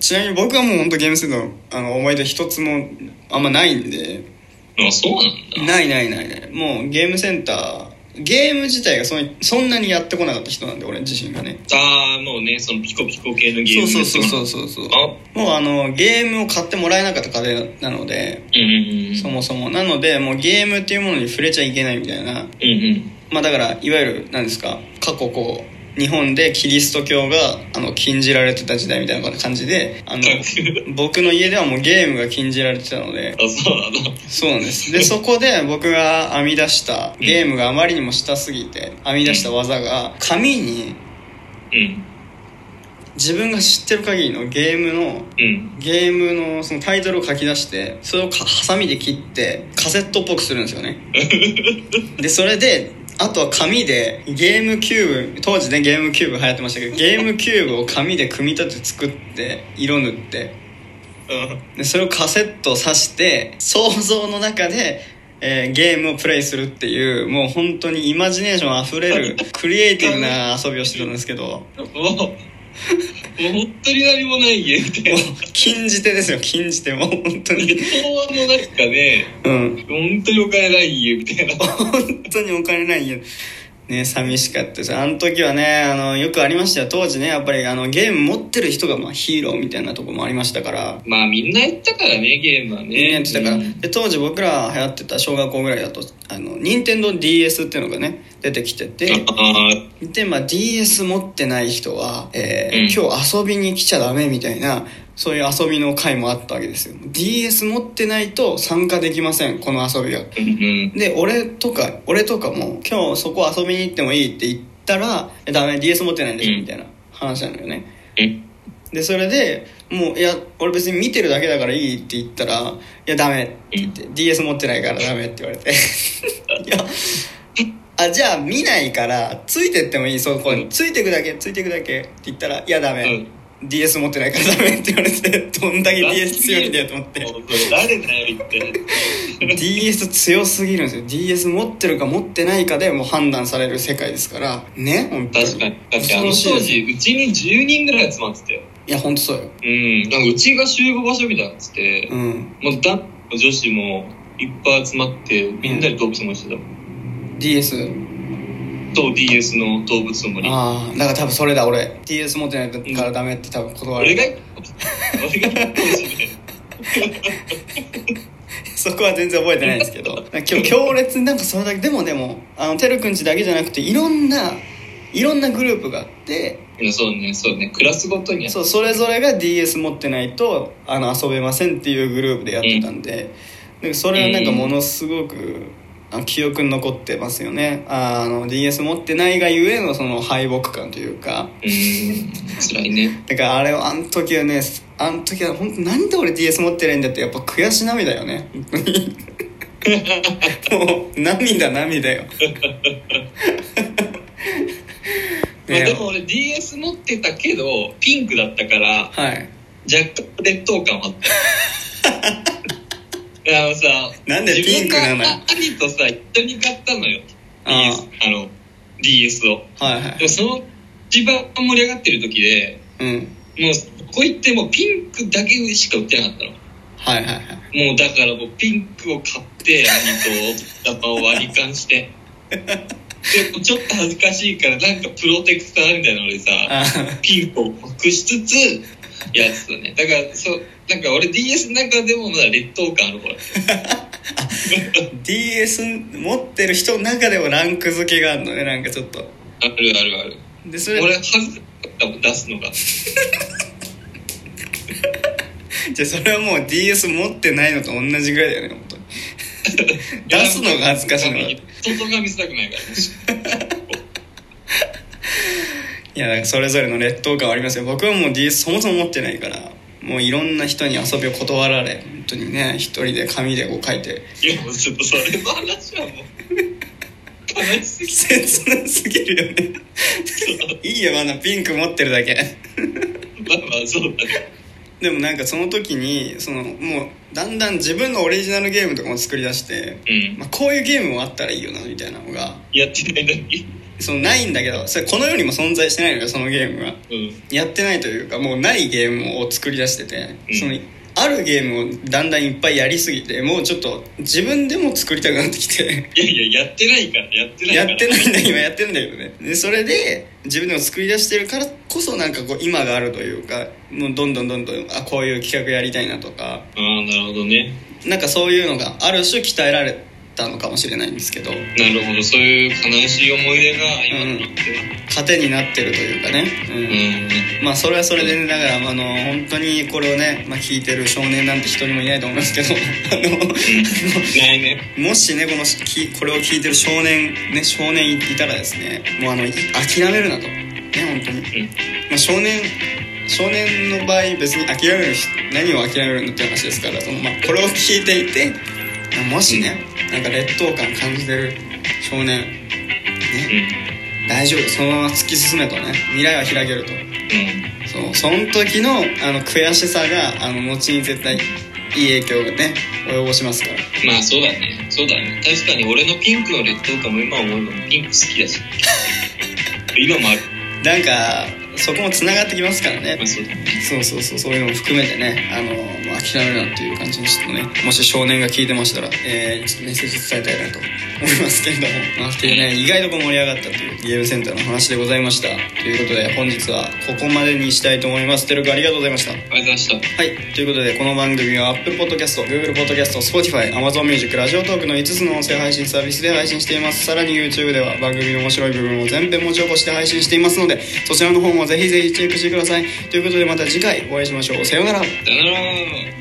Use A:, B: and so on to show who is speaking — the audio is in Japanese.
A: ちなみに僕はもう本当ゲームセンターのあの思い出一つもあんまないんで、
B: あ、そうなんだ。
A: ないないないない。もうゲームセンター、ゲーム自体がそんそんなにやってこなかった人なんで、俺自身がね。
B: ああ、もうね、そのピコピコ系のゲー
A: そう
B: ム。
A: そうそうそううそうそう。
B: あ、
A: もうあの、ゲームを買ってもらえなかった家庭なので、
B: うんうんうん。
A: そもそも。なので、もうゲームっていうものに触れちゃいけないみたいな。
B: うんうん。
A: まあだから、いわゆる、何ですか、過去こう、日本でキリスト教があの禁じられてた時代みたいな感じで、 あの、僕の家ではもうゲームが禁じられてたので、
B: あ、そうなんだ。
A: そうなんです。で、そこで僕が編み出した、ゲームがあまりにも下すぎて、編み出した技が、紙に
B: うん。
A: 自分が知ってる限りのゲームの
B: うん。
A: ゲームのそのタイトルを書き出してそれをかハサミで切ってカセットっぽくするんですよ ねでそれであとは紙でゲームキューブ当時ねゲームキューブ流行ってましたけどゲームキューブを紙で組み立て作って色塗ってでそれをカセットを挿して想像の中で、えーゲームをプレイするっていうもう本当にイマジネーションあふれ るクリエイティブな遊びをしてたんですけど
B: うん。もう、もう本当に何もない家みたい
A: も
B: な。
A: う禁じ手ですよ禁じ手もう本当に
B: 昭和のなんかね、
A: うん
B: 本当にお金ない家みたいな。
A: 本当にお金ないよね寂しかったですあの時はねあのよくありましたよ当時ねやっぱりあのゲーム持ってる人がまあヒーローみたいなとこもありましたから
B: まあみんなやったからね、ゲームはね。
A: みんなやってたから、
B: うん
A: で当時僕ら流行ってた小学校ぐらいだとあの任天堂 d s っていうのがね出てきてて
B: ああ、
A: で、まあ、DS 持ってない人は、えー
B: うん
A: 今日遊びに来ちゃダメみたいなそういう遊びの会もあったわけですよ DS 持ってないと参加できませんこの遊びは
B: うんうん。
A: で俺とか俺とかも今日そこ遊びに行ってもいいって言ったら「えダメ DS 持ってないんでしょ」
B: うん
A: みたいな話なのよね
B: え
A: でそれでもう「いや俺別に見てるだけだからいい」って言ったら「いやダメ」って言って「DS 持ってないからダメ」って言われ ていやあじゃあ見ないからついてってもいいそこについてくだけついてくだけって言ったら「いやダメ、DS 持ってないからダメ」って言われてどんだけ DS 強いんだよと思って
B: 本当に誰だよ、って。
A: DS 強すぎるんですよ DS 持ってるか持ってないかでもう判断される世界ですからね本当
B: 確かに。だって
A: 恐
B: あの
A: ろしい
B: 当
A: です
B: 時、うちに10人ぐらい集まってたよ。
A: いや本当そうよ
B: うん。なんかうちが集合場所みたいになってて、
A: うん
B: もう男女女子もいっぱい集まって、みんなで動物もしてたもん。
A: DS
B: と DS の動物の森。
A: ああだから多分それだ俺 DS 持ってないからダメって多分断
B: 俺
A: る
B: が、俺が言ったかもしれない。
A: そこは全然覚えてないですけど なんか今日強烈になんかそれだけでもでもあのてるくんちだけじゃなくていろんないろんなグループがあって
B: いやそうね、そうね。クラスごとにやっ
A: そうそれぞれが DS 持ってないとあの遊べませんっていうグループでやってたんで、なんかそれはなんかものすごくあの記憶に残ってますよねああの DS 持ってないがゆえのその敗北感というか
B: うーん、辛いね。
A: だからあれをあの時はねあの時は本当なんで俺 DS 持ってないんだってやっぱ悔し涙よね本当にもう涙涙よ
B: ま あ、
A: ね
B: でも俺 DS 持ってたけどピンクだったから
A: はい
B: 若干劣等感はあった あのさ
A: なんでピンクなの
B: 自分が兄とさ一緒に買ったのよ DS
A: あー
B: あの DS を
A: はいは
B: でも
A: い
B: その一番盛り上がってる時で
A: うん
B: もうそこ行ってもうピンクだけしか売ってなかったの
A: はいはいはい
B: もうだからもうピンクを買って兄とダパを割り勘してでもちょっと恥ずかしいからなんかプロテクターみたいなのでさ
A: あー
B: ピンクを隠しつつやってたねだからそうなんか俺 DS の中でもまだ劣等感あるほら
A: DS 持ってる人の中でもランク付けがあるのねなんかちょっと
B: あるあるある
A: でそれ
B: 俺恥ずかしかったもん出すのが
A: じゃあそれはもう DS 持ってないのと同じぐらいだよね本当 に出すのが恥ずかしいのが
B: 外が見せたくないから
A: いやだからそれぞれの劣等感はありますよ僕はもう DS そもそも持ってないからもういろんな人に遊びを断られ本当にね一人で紙でこう書いて
B: いやもうちょっとそれの話はもう悲しすぎ
A: 切なすぎるよねいいよまだピンク持ってるだけ
B: まあまあそうだね
A: でもなんかその時にそのもうだんだん自分のオリジナルゲームとかも作り出して、
B: うん
A: まあ、こういうゲームもあったらいいよなみたいなのが
B: やってないだけ
A: そのないんだけどそれこの世にも存在してないのよそのゲームは
B: うん。
A: やってないというかもうないゲームを作り出してて、
B: うん
A: そのあるゲームをだんだんいっぱいやりすぎてもうちょっと自分でも作りたくなってき て
B: いやいや、やってないから、やってない
A: や
B: から。
A: ってないんだ今やってんだけどねでそれで自分でも作り出してるからこそなんかこう今があるというかもうどんどんどんどんあこういう企画やりたいなとか
B: ああ、なるほどね。
A: なんかそういうのがある種鍛えられたのかもしれないんですけど
B: なるほど、そういう悲しい思い出が今になってる。
A: 糧になってるというかね、うん
B: うん。
A: まあそれはそれでねだからあの本当にこれをね、まあ、聞いてる少年なんて一人もいないと思いますけどあの
B: ないね。
A: もしねこのきこれを聞いてる少年ね少年いたらですねもうあのい諦めるなとね本当に、
B: うん。
A: まあ、少年少年の場合別に諦めるし何を諦めるんだって話ですからその、まあ、これを聞いていてもしねなんか劣等感感じてる少年
B: う
A: ね
B: ん。
A: 大丈夫そのまま突き進めとね未来は開けると
B: うん。
A: そうその時のあの悔しさがあの後に絶対いい影響がね及ぼしますから
B: まあ、そうだね。そうだね。確かに俺のピンクの劣等感も今思うのもピンク好きだし。今もある。
A: なんかそこもつながってきますから
B: ま
A: ね
B: あ、そうだね。
A: そうそうそうそういうのも含めてねあの、まあ、諦めるなっていう感じにちょっとねもし少年が聞いてましたら、えー、ちょっとメッセージ伝えたいなと思いますけれども、 まあ、っていうね意外とこう盛り上がったというゲームセンターの話でございましたということで本日はここまでにしたいと思いますてるくありがとうございました
B: ありがとうございました。
A: はい、ということでこの番組は Apple Podcast、Google Podcast、Spotify、Amazon Music、ラジオトークの5つの音声配信サービスで配信しています。さらに YouTube では番組の面白い部分を全編文字起こして配信していますので、そちらの方もぜひぜひチェックしてください。ということでまた次回お会いしましょう。さようなら。
B: さよなら。